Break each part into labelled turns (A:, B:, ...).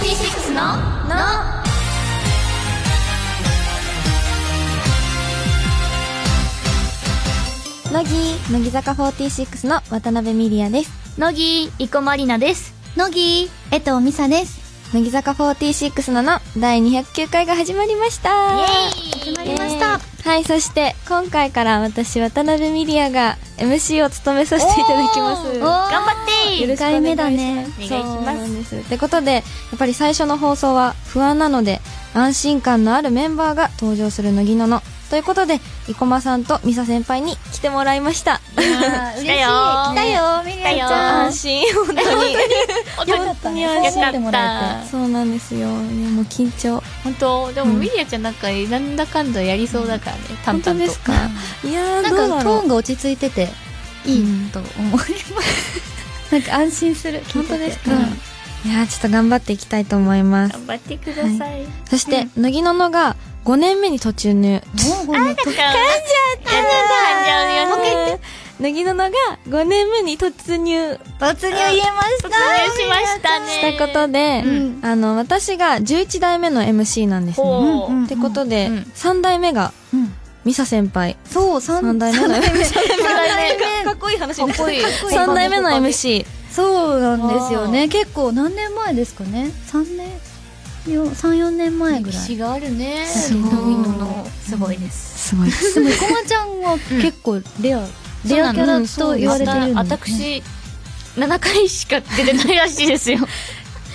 A: のの
B: 乃木乃木坂46の渡辺美里也です
A: 乃木生駒里奈です
C: 乃木江藤美沙です
B: 乃木坂46のの第209回が始まりました
A: イエーイ
C: 始まりました
B: えーはいそして今回から私渡辺美里也が MC を務めさせていただきます
C: おー
A: 頑張って
B: よろしくお願いします
C: 一回目だね
A: お願いします
B: そうなんですってことでやっぱり最初の放送は不安なので安心感のあるメンバーが登場する乃木ののということで生駒さんと美沙先輩に来てもらいました
C: 嬉しい
A: 来たよー
C: 来たよーみりあちゃん
B: 安心本当に
A: 本
C: よかったね
A: よ
C: 楽し
A: か
C: んでもら
A: っ
C: えて
B: そうなんですよいやもう緊張
A: た本当でもミリアちゃんなんかなんだかんだやりそうだからね淡
B: 本当
A: 々
B: で
A: と
B: すかいやーどうん
C: な
B: だ
C: か
B: ろ
C: ト
B: う
C: ーンが落ち着いてていいと思いますなんか安心する聞いてて
B: 本当ですかいやーちょっと頑張っていきたいと思います
A: 頑張ってください、
B: は
A: はい、
B: そして乃木ののが5年目に突入
C: うんもうごめん
A: 噛んじゃった噛んじゃうよね
B: 乃木ののが5年目に突入
C: 突入言えました
A: 突入しましたね
B: したことで、
A: うん
B: あの私が11代目の MC なんですね。
A: ほう、
C: うんうん
B: ってことで、
A: うん
B: 3代目が
C: うん
B: ミサ先輩
C: そう三
B: 3代目の MC
C: 三代 目
B: っこいい話になっ
A: かっこいい
B: 3代目の MC
C: そうなんですよね結構何年前ですかね3年34年前ぐ
A: 歴
C: らい
A: 史があるね
B: すごい
A: 乃木ののすごいです
B: すごいです
C: でもこまちゃんは結構レア、レアキャラと言われてるんです、ね、
A: 私7回しか出てないらしいですよ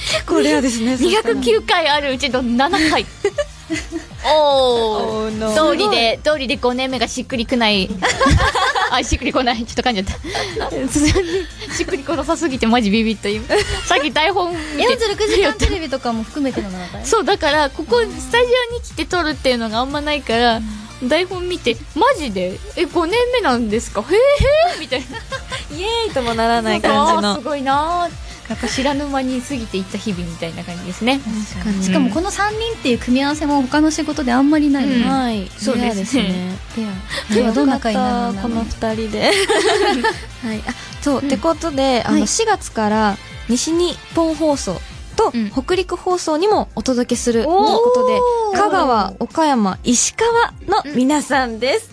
B: 結構レアです ね
A: 209回あるうちの7回おお
B: おーの
A: 通りで通りで5年目がしっくりくないあしっくりこないちょっと噛んじゃったしっくりこなさすぎてマジビビった今さっき台本見て
C: 46時間テレビとかも含めての7回
A: そうだからここスタジオに来て撮るっていうのがあんまないから台本見てマジでえ5年目なんですかへえへえみたいな
B: イエーイともならない感じ
A: あ ー
B: の
A: すごいなーなんか知らぬ間に過ぎていった日々みたいな感じですね
C: 確かにしかもこの3人っていう組み合わせも他の仕事であんまりないよ
A: うん
C: ね、
B: はい
A: そうですね
B: レアですね
C: レア今日はどんな回になる
B: よか
C: の
B: ったこの2人ではいあ そう、ってことであ
C: は
B: の
C: い
B: 4月から西日本放送と
A: うん
B: 北陸放送にもお届けするという
A: おー
B: ことで
C: おー
B: 香川岡山石川の皆さんです、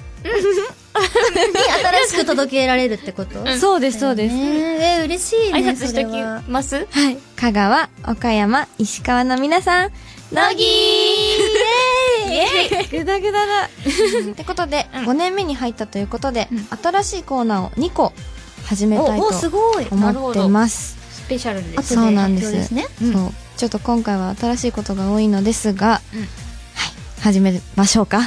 C: 新しく届けられるってこと、
A: ん
B: そうですそうです、
C: ねえ嬉しいね
A: 挨拶しと
C: それは
A: きます
B: はい香川岡山石川の皆さん乃木イエーイグダグダだってことで、
A: うん
B: 5年目に入ったということで、
A: うん
B: 新しいコーナーを2個始めたいと
C: おおすごい
A: なる
B: 思
A: ほ
B: って
A: ど
B: ます
A: スペシャルで
C: 後
A: す
C: で
B: そうなんです
C: 発表ね
A: うん
B: そうちょっと今回は新しいことが多いのですが、
A: うん
B: はい始めましょうか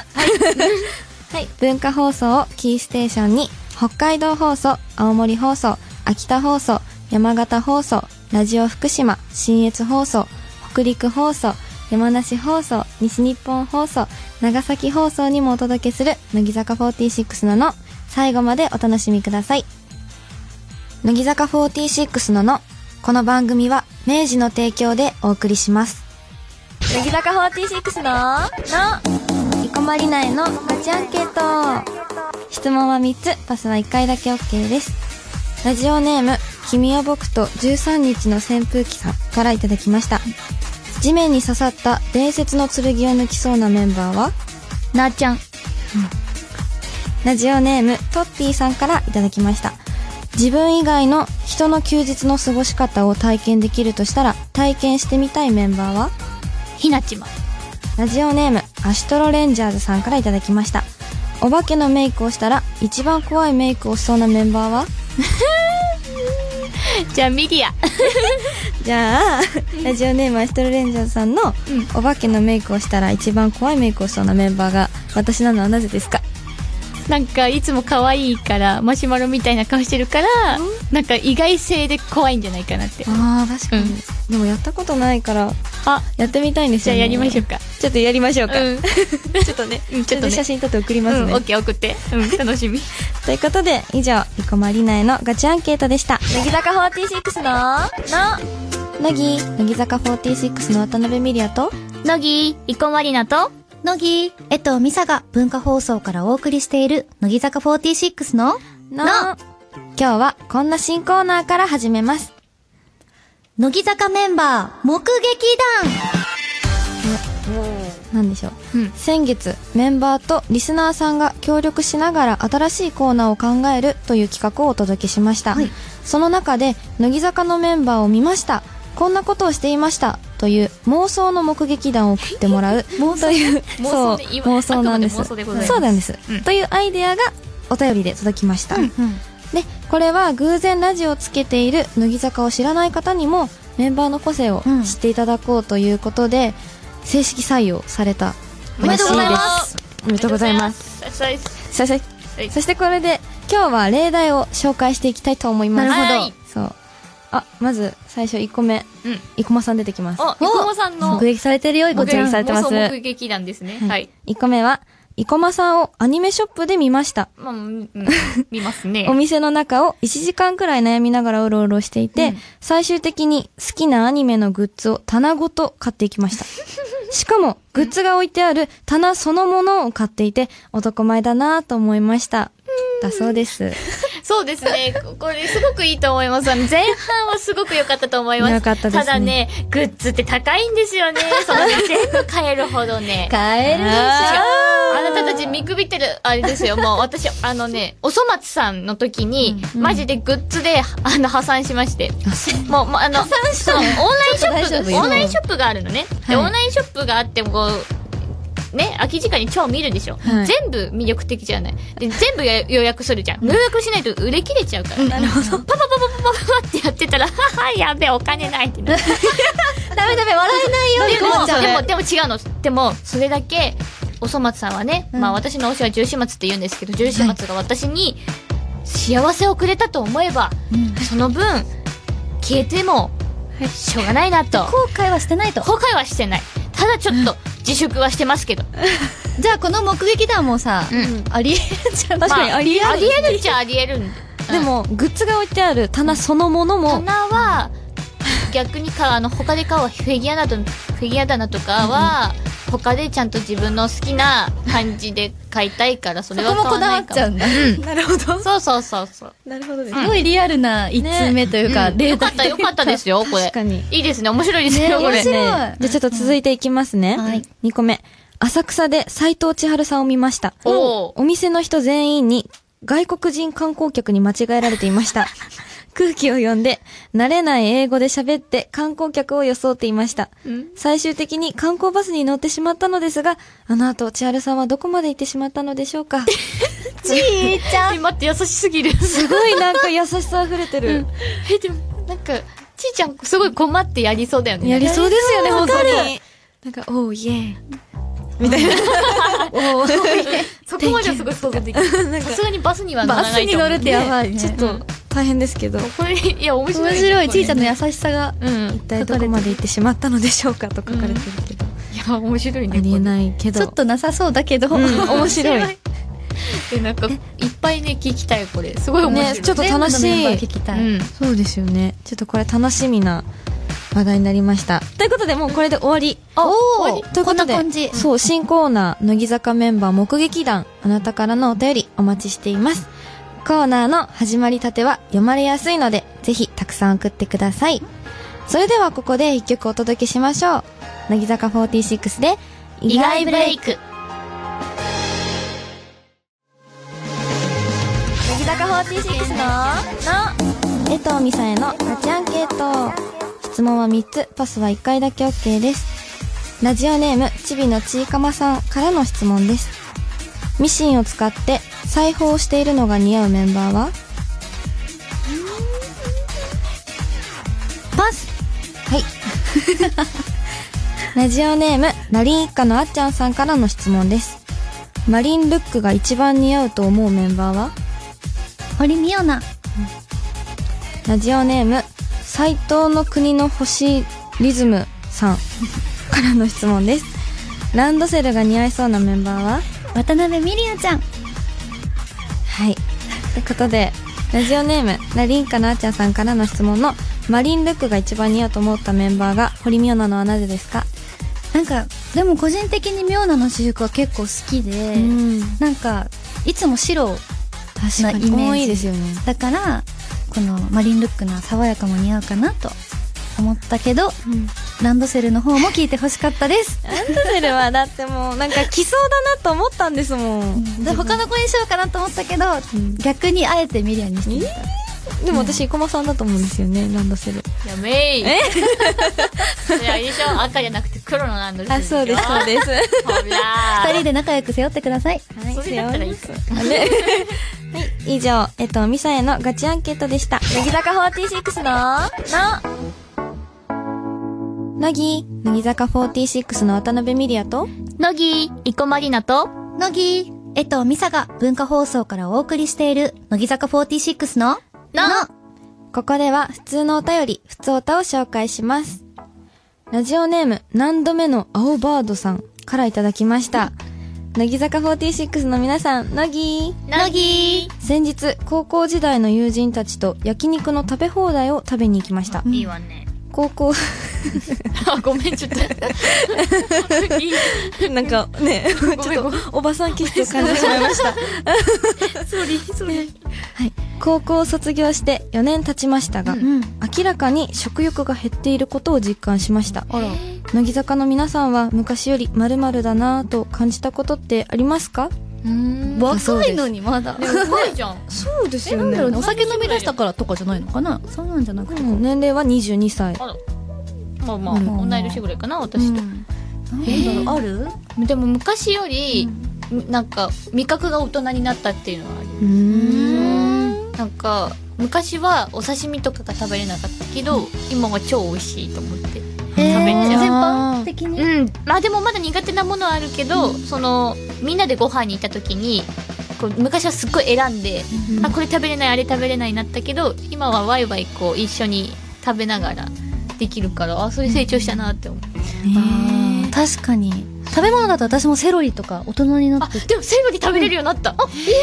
B: はい、 文化放送をキーステーションに北海道放送青森放送秋田放送山形放送ラジオ福島信越放送北陸放送山梨放送西日本放送長崎放送にもお届けする乃木坂46のの最後までお楽しみください乃木坂46ののこの番組は明治の提供でお送りします乃木坂46のの生駒里奈へのガチアンケート質問は3つパスは1回だけ OK ですラジオネーム「君を僕と13日の扇風機」さんからいただきました地面に刺さった伝説の剣を抜きそうなメンバーは
C: なあちゃん
B: ラジオネームトッピーさんからいただきました自分以外の人の休日の過ごし方を体験できるとしたら体験してみたいメンバーは
A: ひなちま
B: ラジオネームアシトロレンジャーズさんからいただきましたお化けのメイクをしたら一番怖いメイクをしそうなメンバーは
A: じゃあミリア
B: じゃあ ラジオネームアシトロレンジャーズさんの
A: う
B: お化けのメイクをしたら一番怖いメイクをしそうなメンバーが私なのはなぜですか
A: なんかいつも可愛いからマシュマロみたいな顔してるからなんか意外性で怖いんじゃないかなって
B: あー確
A: かに
B: でもやったことないから
A: あ
B: やってみたいんです
A: じゃ
B: よ、
A: あや
B: ね、
A: りましょうか
B: ちょっとやりましょうか、
A: うん
B: ちょっとね、
A: うん
B: ち
A: ち
B: ょ
A: ょ
B: っ
A: っと
B: と
A: ね
B: 写真撮って送ります
A: うん
B: ね。
A: オッケー送ってうん楽しみ
B: ということで、以上、生駒里奈へのガチアンケートでした。乃木坂46の、の、乃木、乃木坂46の渡辺美里也と、
A: 乃木生駒里奈と
C: 乃木江藤美沙が文化放送からお送りしている乃木坂46の
B: の、今日はこんな新コーナーから始めます。
C: 乃木坂メンバー目撃談
B: なんでしょう
A: うん
B: 先月メンバーとリスナーさんが協力しながら新しいコーナーを考えるという企画をお届けしました、
C: はい
B: その中で乃木坂のメンバーを見ましたこんなことをしていましたという妄想の目撃談を送ってもらう
C: 妄想
B: という
A: 妄
B: そ
A: 想
B: う
A: で今
B: 妄想なんです
A: あくまで妄想でございます
B: そうなんです、
A: うん
B: というアイデアがお便りで届きました、でこれは偶然ラジオをつけている乃木坂を知らない方にもメンバーの個性を
C: うん
B: 知っていただこうということで、正式採用された
A: おめでとうございま
B: らし
A: す
B: いですおめでとうございます
A: すさあさ
B: そして
A: あさ
B: そしてこれで今日は例題を紹介していきたいと思います
A: なるほどはい
B: そうあまず最初1個目
A: あうん
B: 生駒さん出てきます
A: お、生駒さんの
C: 目撃されてるよいこ
B: ご
C: ち
B: 注
C: ゃ
B: 意
C: ん
B: されてます
A: 妄想目撃談ですね。はい。
B: 1個目は生駒さんをアニメショップで見ました
A: まあ、うんうん見ますね
B: お。店の中を1時間くらい悩みながらうろうろしていて、
C: うん
B: 最終的に好きなアニメのグッズを棚ごと買っていきま した。しかも、グッズが置いてある棚そのものを買っていて、男前だなぁと思いました。だそう です。
A: そうですね。ここれすごくいいと思います。あの前半はすごく良かったと思います。
B: 良かったですね
A: だね、グッズって高いんですよね。その全部買えるほど ね。
C: 帰るでし
A: あなたたち見くびってる、あれですよ。もう私、あの ね、おそ松さんの時に、
B: うん
A: マジでグッズで、あの、破産しまして。
B: あ、そう。
A: もう、もうあの、そうオンラインショ
C: ちょ
A: ッ
C: っと大丈夫
A: プ
C: よ
A: が、オンラインショップがあるのね。で、
B: はい
A: オンラインショップがあって、こう、ね、空き時間に超見るでしょ。
B: はい
A: 全部魅力的じゃない。で、全部や予約するじゃん。予約しないと売れ切れちゃうから。なるほど。パパパパパパパってやってたら、 はは、やべえ、お金ないってなる。
C: ょダメダメ笑えないよ
A: で
C: いこ
A: も、
C: ちゃん
A: でも、でも違うの。でも、それだけ、おそ松さんはね、
C: うん
A: まあ私の推しは十四松って言うんですけど、十四松が私に幸せをくれたと思えば、
C: うん
A: その分、消えても、しょうがないなと。
C: 後悔はしてないと
A: 後悔はしてない。ただちょっと、自粛はしてますけど。
C: じゃあこの目撃談もさ
A: うん
C: ありえんじゃない
B: 確かに
A: ま
B: ありえる
A: ありえるっちゃありえるん
B: でも、グッズが置いてある棚そのものも、
A: 棚は、逆にか、あの、他で買うフィギュアなど、フィギュア棚とかは、他でちゃんと自分の好きな感じで買いたいから、そ
C: そ
A: れは
C: こ
A: 買
C: もこ
A: わ
C: だ
A: な
C: わっ
A: い
C: ちゃ
A: か
C: う
A: も。
C: んだ
B: なるほど。
A: そうそうそうそう。
B: なるほどです
A: ね
C: すごいリアルな一通目というか
A: うん
C: デー
A: よか
C: タ
A: った、よかったですよ、これ
B: 確。かに。
A: いいですね、面白いです
C: ね
A: よ、これ
C: 面。白い
B: ねじゃあちょっと続いていきますね。
C: うんはい
B: 2個目。浅草で斎藤千春さんを見ました。
A: おー
B: お店の人全員に外国人観光客に間違えられていました。空気を読んで、慣れない英語で喋って観光客を装っていました。
A: うん
B: 最終的に観光バスに乗ってしまったのですが、あの後、千春さんはどこまで行ってしまったのでしょうか。
C: ちーちゃん
A: え待って、優しすぎる。
B: すごいなんか優しさ溢れてる。
A: え、でも、なんか、ちいちゃん、すご い困ってやりそうだよね。
B: やりそうですよね、
C: わ
B: 本
C: か
B: 当
C: る
B: に。なんか、おう、イエー。みたいな。おう、
A: そこまではすごい想像できる。さすがにバスには乗ら
C: バ
A: ない
C: スに
A: と思
C: 乗
A: う
C: るってやばいね
B: ちょっと大変ですけど。
A: これ、いや、面白い。
C: 面白いちーちゃんの
A: や
C: 優しさが
A: うん。
B: 一体どこまで行ってしまったのでしょうかと書かれてるけど。
A: いや、面白いね。
B: ありえ
A: い。
B: ないけど。
C: ちょっとなさそうだけど
B: うん面
A: 面
B: 白
A: 白
B: い
A: い。。え、なんか、いっぱいね、聞きたい、これ。すごい面白い。
B: ねちょっと楽しい
C: 全部のメンバー聞きたい
A: うん。
B: そうですよね。ちょっとこれ楽しみな話題になりました。ということでもうこれで終わり。
A: あ
C: おお
A: 終わ
B: という
C: こ
B: こ
C: ん
B: と
C: な
B: で、
C: 感じ
B: そう、新コーナー、乃木坂メンバー目撃談、あなたからのお便りお待ちしています。コーナーの始まりたては読まれやすいので、ぜひたくさん送ってください。それではここで一曲お届けしましょう。乃木坂46で、
A: 意外ブレイク。
B: 乃木坂46のの江藤美沙へのガチアンケート質問は3つパスは1回だけ OK ですラジオネームちびのちいかまさんからの質問ですミシンを使って裁縫をしているのが似合うメンバーは
C: パス
B: はい ラジオネームラリン一家のあっちゃんさんからの質問ですマリンルックが一番似合うと思うメンバーは
C: 堀美央奈
B: ラジオネーム斎藤の国の星リズムさん からの質問ですランドセルが似合いそうなメンバーは
C: 渡辺美里奈ちゃん
B: はいということでラジオネームラリンカのあっちゃんさんからの質問のマリンルックが一番似合うと思ったメンバーが堀美央奈のはなぜですか、
C: なんかでも個人的に妙なの私服は結構好きで、
B: うん
C: なんかいつも白
B: 確か
C: なイメージ
B: に多いですよね
C: だからこのマリンルックな爽やかも似合うかなと思ったけどランドセルの方も聞いてほしかったです
B: ランドセルはだってもうなんか来そうだなと思ったんですもん
C: で他の子にしようかなと思ったけど、
B: ん
C: 逆にあえてミリアにしてみた
B: でも私生駒さんだと思うんですよねランドセル
A: やめい。えいや、いいでしょ赤じゃなくて黒のランドセル
B: あ
A: でしょ
B: そうですそうです
A: ほら
C: 二人で仲良く背負ってください
B: はい
A: それだったらいいか。
B: 以上、えっと、ミサへのガチアンケートでした。乃木坂46の、の、乃木、乃木坂46の渡辺美里也と、
A: 乃木、生駒里奈と、
C: 乃木えっとミサが文化放送からお送りしている乃木坂46の
A: の
B: ここでは普通のお便り、普通おたを紹介します。ラジオネーム、何度目の青バードさんからいただきました。乃木坂46の皆さん、乃木
A: 乃木
B: 先日、高校時代の友人たちと焼肉の食べ放題を食べに行きました。
A: いいわね。
B: 高校、
A: あ、ごめん、ちょっと。いい
B: なんかね、ちょっ
A: ごめんご
B: とおばさん気質を感じてしまいました。
A: それ、それ。
B: はい。高校を卒業して4年経ちましたが、
A: う
C: うん
B: 明らかに食欲が減っていることを実感しました。
A: あら。
B: 乃木坂の皆さんは昔より〇〇だなぁと感じたことってありますか
A: うん。でも
C: 若いのにまだ
A: 若いじゃん。
B: そうです
C: えなんだろうね
A: お
C: お
A: 酒
C: 酒
A: 飲
C: 飲
A: み
C: み
A: 出
C: 出
A: し
C: したたからとかじゃないのかなそうなんじゃなくて、
B: うん年齢は22歳。
A: あら。まあまあ、同
C: うん
A: い年ぐらいかな、私と。
C: なんだろうある
A: でも昔より、なんか、味覚が大人になったっていうのはある。
B: うーん。
A: なんか昔はお刺身とかが食べれなかったけど、今は超美味しいと思って食べち
B: えー
A: ゃう、
C: 全般的に
A: うんまあでもまだ苦手なものはあるけど、そのみんなでご飯に行った時にこう昔はすっごい選んで、
B: うん
A: あこれ食べれないあれ食べれないになったけど今はワイワイこう一緒に食べながらできるからあそれ成長したなって思う、
C: あー確かに食べ物だと私もセロリとか大人にな
A: あ
C: って
A: でもセロリ食べれるようになった、あ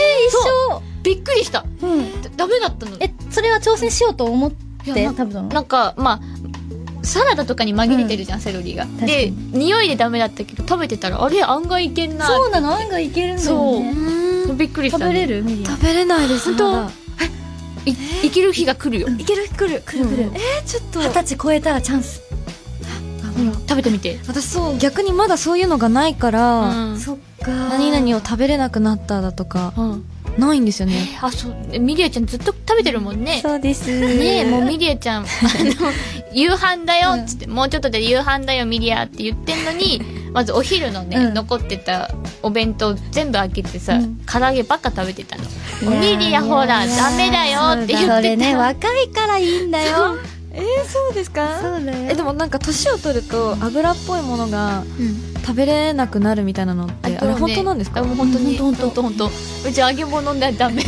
C: 一
A: びっくりした
C: 緒、うん、
A: だダメだったの
C: えそれは挑戦しようと思っ
A: いや
C: て
A: なん
C: 食べたの
A: なんかまあサラダとかに紛れてるじゃん、セロリが
C: かに
A: で匂いでダメだったけど食べてたらあれ案外いけんな
C: そうなの案外いけるんだよね
A: そうびっくりした
C: 食
A: ね、
C: べれるミリ
B: 食べれないです、
A: 本当
B: まだ
A: いいける日が来るよ、
B: いける来る。来
C: る来る
B: えー、ちょっと。
C: 二十歳超えたらチャンス
A: うん食べてみて
B: 私そう、逆にまだそういうのがないから、
A: うん
C: そっか
B: 何々を食べれなくなっただとか、
A: うん、
B: ないんですよね。
A: あそうえミリアちゃんずっと食べてるもんね
B: そうです。
A: ねえもうミリアちゃんあの 夕飯だよっつって、もうちょっとで夕飯だよミリアって言ってんのにまずお昼のね、
C: うん
A: 残ってたお弁当全部開けてさ、
C: うん
A: 唐揚げばっか食べてたの
C: いやー
A: ミリアほら
C: いやー
A: ダメだよって言ってた
C: それね若いからいいんだよ
B: えー、そうですか
C: うだよ
B: え、でもなんか年を取ると油っぽいものが
A: うん
B: 食べれなくなるみたいなのっ
A: あ
B: て、あれ本当なんですか
A: もう本当に
C: うん
A: 本当本当うち揚げ物でダ メ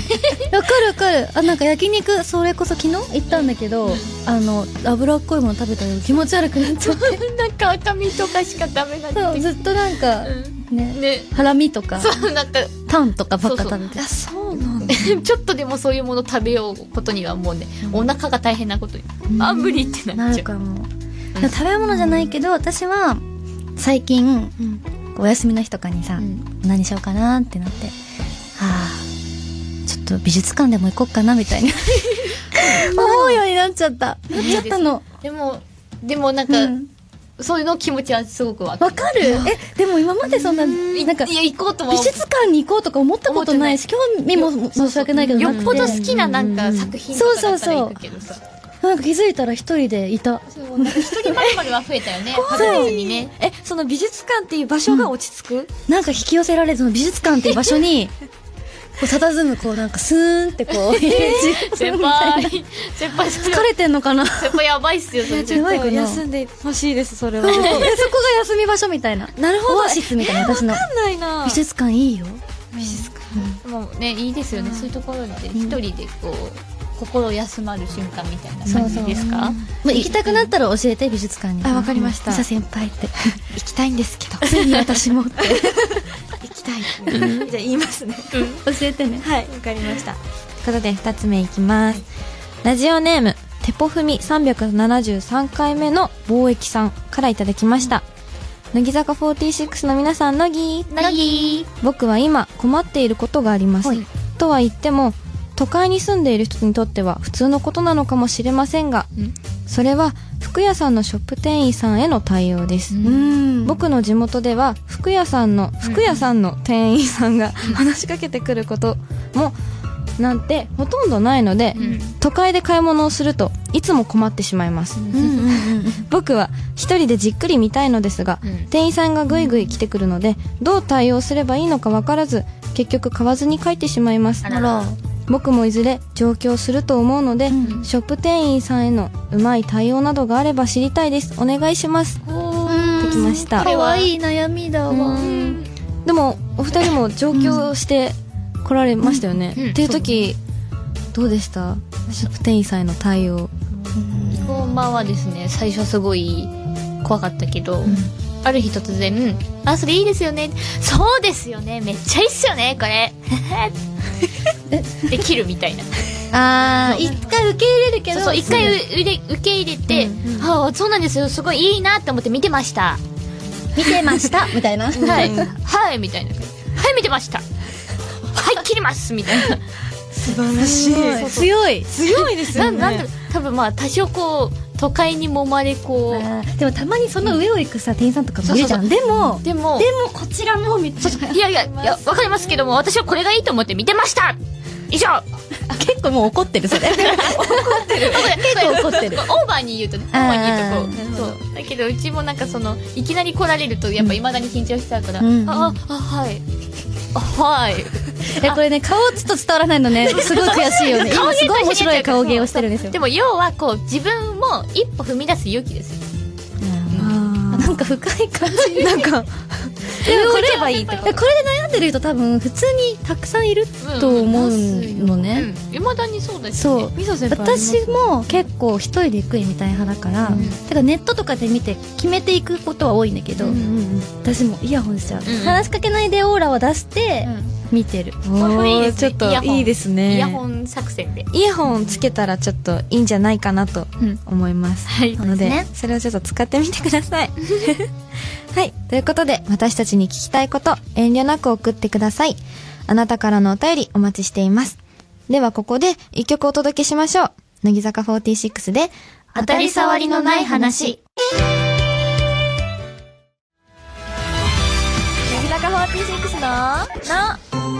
C: わかるわかるあなんか焼肉それこそ昨日行ったんだけど、あの脂っこいもの食べたら気持ち悪くなっちゃって
A: なんか赤身とかしか食べな
C: そ
A: く
C: う
A: て
C: ずっとなんか
A: うん
C: ね
A: ね
C: ハラミとか
A: そうなんか
C: タンとかばっか食べて
B: あ、そうなんだ。
A: ちょっとでもそういうもの食べようことにはもうねお腹が大変なことにあ無理ってな
C: な
A: っち
C: る
A: ゃう
C: かも、でも食べ物じゃないけど私は最近
B: うん
C: お休みの日とかにさ、
A: うん
C: 何しようかなってなってあーちょっと美術館でも行こっかなみた いな思うようになっちゃったなっちゃったの、
A: でもでもなんか
C: うん
A: そういうの気持ちはすごくわか
C: わ
A: る
C: かるえでも今までそんななんか
A: いや行こうとも
C: 美術館に行こうとか思ったことないし興味も申し訳ないけど
A: よ
C: な
A: っ
C: く
A: ぽ
C: て
A: ど好きななんか
B: うん
A: 作品とかだったら行くけどさ
C: なんか気づいたら一人でいた
A: そうなんか一人まるまるは増えたよね確実にね
B: え、その美術館っていう場所が落ち着く、
C: なんか引き寄せられてその美術館っていう場 所にこう佇むこうなんかスーンってこう
A: 先輩先輩それ
C: 疲れてんのかなそ
A: 先輩やばいっすよそれ
C: ちょっと
B: 休
C: 休
B: んでほしいです、そ れは。
C: こが休み場所みたいな
B: なるほ
C: オ
B: ど。
C: アシスみたいな私の
B: えわかんないな。
C: 美術館いいよ
B: 美術館。
A: もうねいいですよね、そういうところで一人でこう心休まる瞬間みたいな感じですか、
C: もう行きたくなったら教えて美術館に
B: あわかりました
C: ミサ先輩 って
B: 行きたいんですけど。
C: ついに私もって
B: 行きたい。 じゃあ言いますね。
C: 教えてね
B: はい、わかりました。ということで、二つ目いきます。ラジオネーム、テポフミ373回目の貿易さんからいただきました。乃木坂46の皆さん、乃木
A: 乃木
B: 僕は今困っていることがあります、
C: はい
B: とは言っても都会に住んでいる人にとっては普通のことなのかもしれませんが
A: うん
B: それは不服屋さんのショップ店員さんへの対応です、
A: うん
C: ん僕
B: 僕の地元では服屋さんの服屋さんの店員さんが話しかけてくることもなんてほとんどないので、
A: うん
B: 都会で買い物をするといつも困ってしまいます、
C: うんうんうん
B: 僕は一人でじっくり見たいのですが、
A: うん
B: 店員さんがぐいぐい来てくるのでどう対応すればいいのか分からず結局買わずに帰ってしまいます
A: あ
C: あら
B: 僕もいずれ上京すると思うので、
C: うん
B: ショップ店員さんへのうまい対応などがあれば知りたいですお願いします
C: うん
B: できました
C: 可愛い悩みだわ
B: でもお二人も上京して来られましたよね、
A: うんうん
B: っていう時どうでしたショップ店員さんへの対応
A: こんばんはですね最初すごい怖かったけど、ある日突然「あそれいいですよねそうですよねめっちゃいいっすよねこれ」で切るみたいな
C: ああ一回受け入れるけ
A: そう
C: ど
A: そう一回うれ受け入れて
B: うん
A: 「ああそうなんですよすごいいいな」って思って見てました
C: 見てました みたい
A: 「
C: な
A: はいはい」みたいな「はい見てました」「はい切ります」みたいな
B: 素晴らし
C: 強い
B: 強いです
A: な
B: よ
A: ん
B: ね
A: なんだろう多分まあ多少こう都会に揉まれこう
C: あーでもたまにその上を行くさ店員さんとかもいるじゃん
A: そ
C: でも
A: でも
C: でもこちらもみたいない
A: やいやいやわかりますけども私はこれがいいと思って見てました以上
C: 結構もう怒ってる それ
A: 結
C: 構怒ってる
A: オーバーに言うとねオーバーに言うとこうそうだけどうちもなんかそのいきなり来られるとやっぱいまだに緊張しちゃうから、
C: うん
A: あああはいあはい
C: えこれね顔ちょっと伝わらないのねすごい悔しいよね今すごい面白い顔芸をしてるんですよ
A: でも要はこう自分も一歩踏み出す勇気です
B: あ
C: なんか深い感じ
B: ーなん か
C: でもこれ
A: ばいいって
C: これで悩んでる人多分普通にたくさんいると思うのね、
A: いまだにそうだし、
C: そう
A: ね、
B: みそ先輩あります
C: 私も結構一人で行くみたい派だから、
A: うん
C: だからネットとかで見て決めていくことは多いんだけど、
A: うん
C: 私もイヤホンしちゃう、
A: ん
C: 話しかけないでオーラは出して見てる、
B: お
A: これいいで
B: ー
A: す
B: ち
A: ね
B: ょっといいです
A: うん、
B: ね
A: イヤホン作戦で
B: イヤホンつけたらちょっといいんじゃないかなと思います、
A: はい
B: なので
C: そうです
B: それをちょっと使ってみてくだ さいはいということで私たちに聞きたいこと遠慮なく送ってくださいあなたからのお便りお待ちしていますではここで一曲お届けしましょう乃木坂46で
A: 当たり障りのない話
B: 乃木坂46の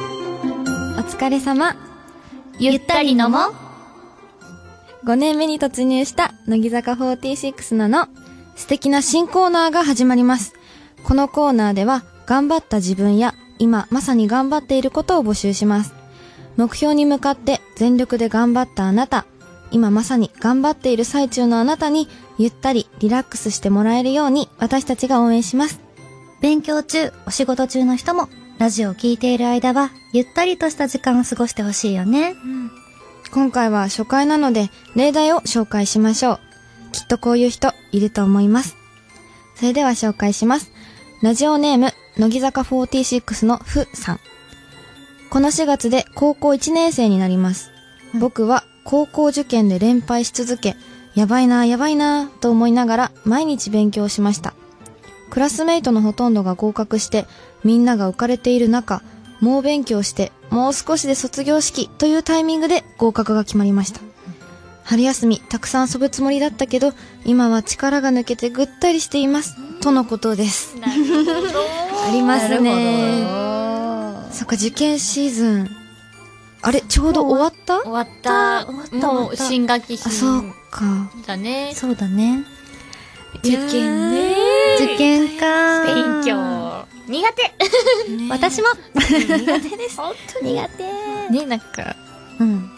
B: のお疲れ様
A: ゆったりのも
B: 5年目に突入した乃木坂46のの素敵な新コーナーが始まります。このコーナーでは頑張った自分や今まさに頑張っていることを募集します。目標に向かって全力で頑張ったあなた、今まさに頑張っている最中のあなたにゆったりリラックスしてもらえるように私たちが応援します。
C: 勉強中お仕事中の人もラジオを聴いている間はゆったりとした時間を過ごしてほしいよね
B: 今回は初回なので例題を紹介しましょう。きっとこういう人いると思います。それでは紹介します。ラジオネーム、乃木坂46のふさん。この4月で高校1年生になります。
C: うん
B: 僕は高校受験で連敗し続け、やばいなやばいなと思いながら毎日勉強しました。クラスメイトのほとんどが合格して、みんなが浮かれている中、猛勉強して、もう少しで卒業式というタイミングで合格が決まりました。春休み、たくさん遊ぶつもりだったけど、今は力が抜けてぐったりしています。とのことです。
A: なるほ ど
B: ありますね。そっか、受験シーズン。あれ、ちょうど終わった
A: 終わった
C: 終わった終わった
A: もう新学期
B: あ、そうか。
A: だね
C: そうだね
B: 受験ね。
C: 受験か
A: 勉強苦手
C: 私も
A: 苦手 です本当に
C: 苦手
A: ねなんか
C: うん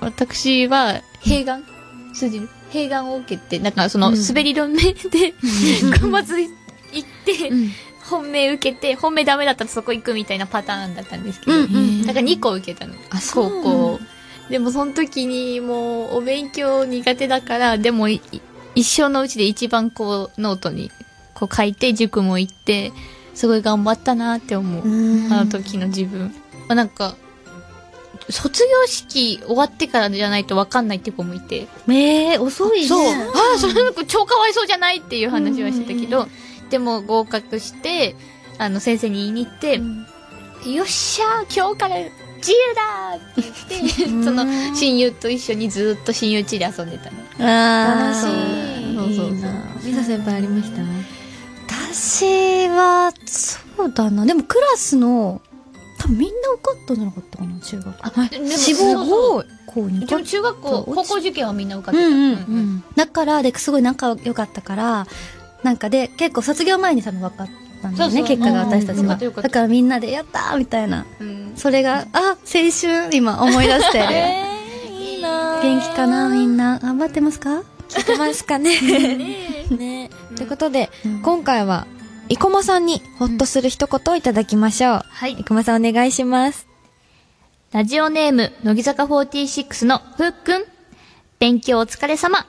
A: 私は併願通じる併願を受けてなんかその
C: うん
A: 滑り止め で頑張ず行って
B: うん
A: 本命受けて本命ダメだったらそこ行くみたいなパターンだったんですけど
C: うんうん
A: だから2個受けたの
B: あそう
A: 高校でもその時にもうお勉強苦手だからでもい一生のうちで一番こうノートにこう書いて塾も行ってすごい頑張ったなって思うあの時の自分。まあ、なんか、卒業式終わってからじゃないと分かんないって子もいて。
C: えー、遅いね
A: そう。ああ、その子超かわいそうじゃないっていう話はしてたけど、でも合格して、あの、先生に言いに行って、よっしゃー今日から自由だーって言って、その、親友と一緒にずっと親友家で遊んでたの。
C: あ
B: 楽しい
C: ー
A: そうそうそう
B: みさ先輩ありました
C: 私は、そうだな。でもクラスの、多分みんな受かったんじゃなかったかな、中学。あ、
A: でも
C: 志
A: そうそ
C: 望
A: う
C: 校、校に受
A: で
C: かっ
A: も中学校高校受験はみんな受かってた、
C: うんうんうん、だからですごい仲良かったからなんかで結構卒業前に多分分かったんだよね
A: そうそう
C: 結果が私たち
A: うんよか
C: は
A: ったよかった
C: だからみんなで「やった!」みたいな
A: うん
C: それがあ青春今思い出してる
A: えー、いいな
C: 元気かなみんな頑張ってますか
B: 聞いてますかねねということで、
C: こ
B: 今回は、生駒さんにほっとする一言をいただきましょう。
A: はい
B: 生駒さんお願いします。
A: ラジオネーム、乃木坂46のふっくん。勉強お疲れ様。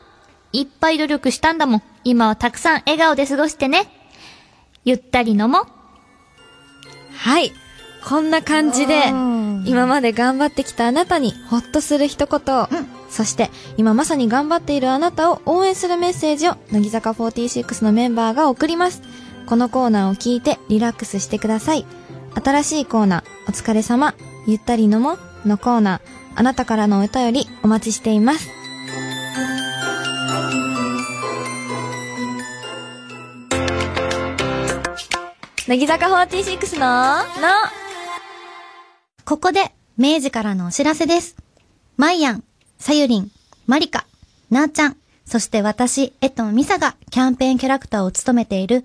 A: いっぱい努力したんだもん。今はたくさん笑顔で過ごしてね。ゆったり飲もう。
B: はい。こんな感じで、今まで頑張ってきたあなたにほっとする一言を、そして今まさに頑張っているあなたを応援するメッセージを乃木坂46のメンバーが送りますこのコーナーを聞いてリラックスしてください新しいコーナー「お疲れ様ゆったりのも」のコーナーあなたからのお便りお待ちしています乃木坂46のの
C: ここで明治からのお知らせですまいやんさゆりんまりかなーちゃんそして私えとみさがキャンペーンキャラクターを務めている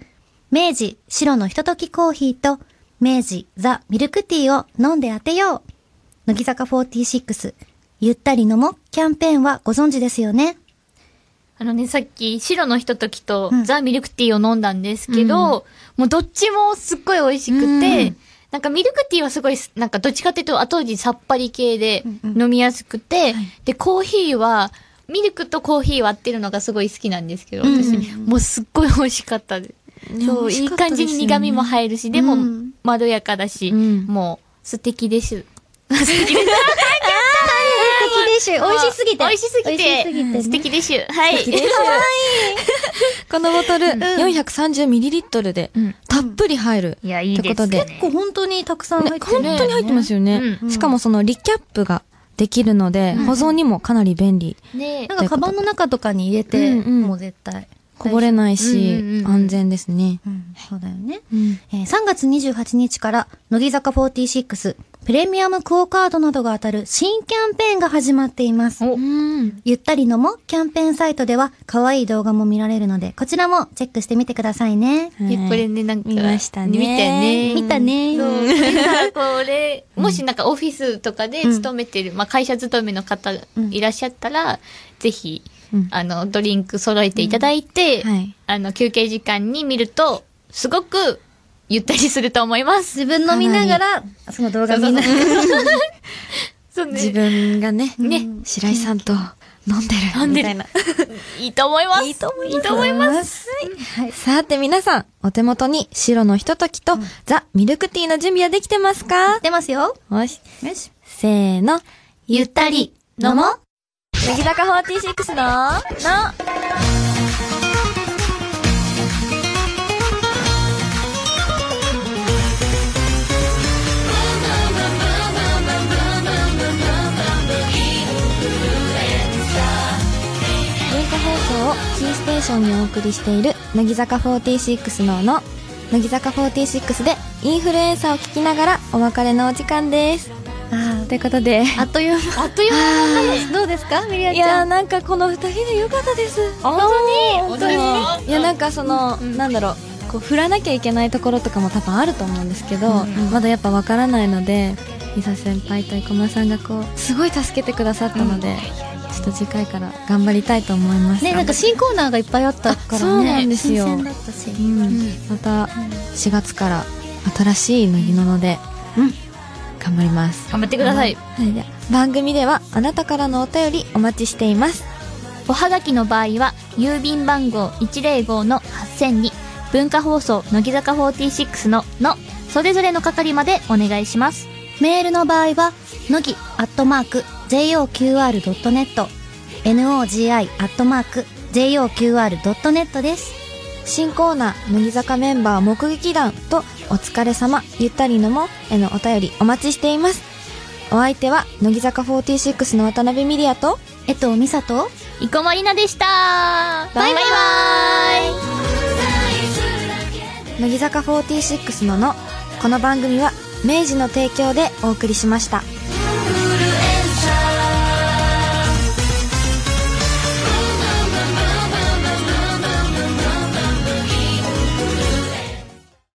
C: 明治白のひとときコーヒーと明治ザ・ミルクティーを飲んで当てよう乃木坂46ゆったり飲もうキャンペーンはご存知ですよね
A: あのね、さっき、白のひとときと
C: うん
A: ザ・ミルクティーを飲んだんですけど、もうどっちもすっごい美味しくて、
C: うん
A: なんかミルクティーはすごいす、なんかどっちかっていうと後味さっぱり系で
C: うんうん
A: 飲みやすくて、で、コーヒーは、ミルクとコーヒー割ってるのがすごい好きなんですけど、私、
C: うん
A: もうすっごい美味しかったです。そう、いい感じに苦味も入るし、でも、
C: うん
A: まろやかだし、
B: うん
A: もう、素敵です。
C: 素敵でしゅ美味しすぎて
A: 美味しすぎて、
C: 美味しすぎてね
A: 素敵です。はい。
B: このボトル 430ml で
A: うん
B: たっぷり入る
A: いや、いいです
B: って
A: ね
B: こと。
C: 結構本当にたくさん入
B: ね、
C: ってる
B: 本当に入ってますよね。
A: うん
B: しかもそのリキャップができるので、
A: うん
B: 保存にもかなり便利。
A: ね
C: なんかカバンの中とかに入れて、
B: うんうん
C: もう絶対
B: こぼれない
A: う
B: し、
A: んうんうん
B: 安全ですね。
C: うん、そうだよね、
B: うん
C: えー3月28日から乃木坂46プレミアムクオカードなどが当たる新キャンペーンが始まっています
A: お
C: ゆったりのもキャンペーンサイトでは可愛い動画も見られるのでこちらもチェックしてみてくださいね
B: はい
A: いやこれね、なんか。
B: 見ましたね
A: 見たよね。
C: 見たね
A: そう。でさこれ、もしなんかオフィスとかで勤めてる、まあ会社勤めの方
C: うん
A: いらっしゃったら、ぜひ
B: うん、
A: あの、ドリンク揃えていただいて
B: うんはい、
A: あの、休憩時間に見ると、すごく、ゆったりすると思います。
C: 自分の見ながらその動画見ながら
A: そうね
B: 自分がね、
A: ね
B: 白井さんと飲んでる。
A: 飲んでる
B: みたいな。
A: いいと思います。いいと思います。いいと思います。
B: す。さて皆さん、お手元に白のひとときと、ザ・ミルクティーの準備はできてますか
C: 出ますよ
B: よし。
C: よし
B: せーの。
C: ゆったりのも
B: 乃木坂46の、の。文化放送をキーステーションにお送りしている乃木坂46のの乃木坂46でインフルエンサーを聞きながらお別れのお時間です
C: あ
B: ということで
C: ーあっという間
A: あっという間。
C: あーどうですかミリア
B: い
C: ちゃ
B: やー
C: ん
B: なんかこの二人で良かったです
A: 本当に
B: 本当にいやなんかその、
A: ん
B: なんだろうこう振らなきゃいけないところとかも多分あると思うんですけど、
A: うん
B: まだやっぱわからないのでミサ先輩と生駒さんがこうすごい助けてくださったので、ちょっと次回から頑張りたいと思います
C: ねなんか新コーナーがいっぱいあったからね
B: そうなんですよ
C: 新鮮だったし
B: うんまた4月から新しい乃木のので、
C: うん
B: 頑張ります
A: 頑張ってください。
B: はいでは番組ではあなたからのお便りお待ちしています
A: おはがきの場合は、郵便番号105-8000に、文化放送、乃木坂46の、の、それぞれの係までお願いします。
C: メールの場合は、のぎ、アットマーク、joqr.net、nogi、アットマーク、joqr.net です。
B: 新コーナー乃木坂メンバー目撃談とお疲れ様ゆったりのもへのお便りお待ちしていますお相手は乃木坂46の渡辺美里也と
C: えっと、みさと、
A: 生駒里奈でしたバイバイ
B: 乃木坂46ののこの番組は明治の提供でお送りしました。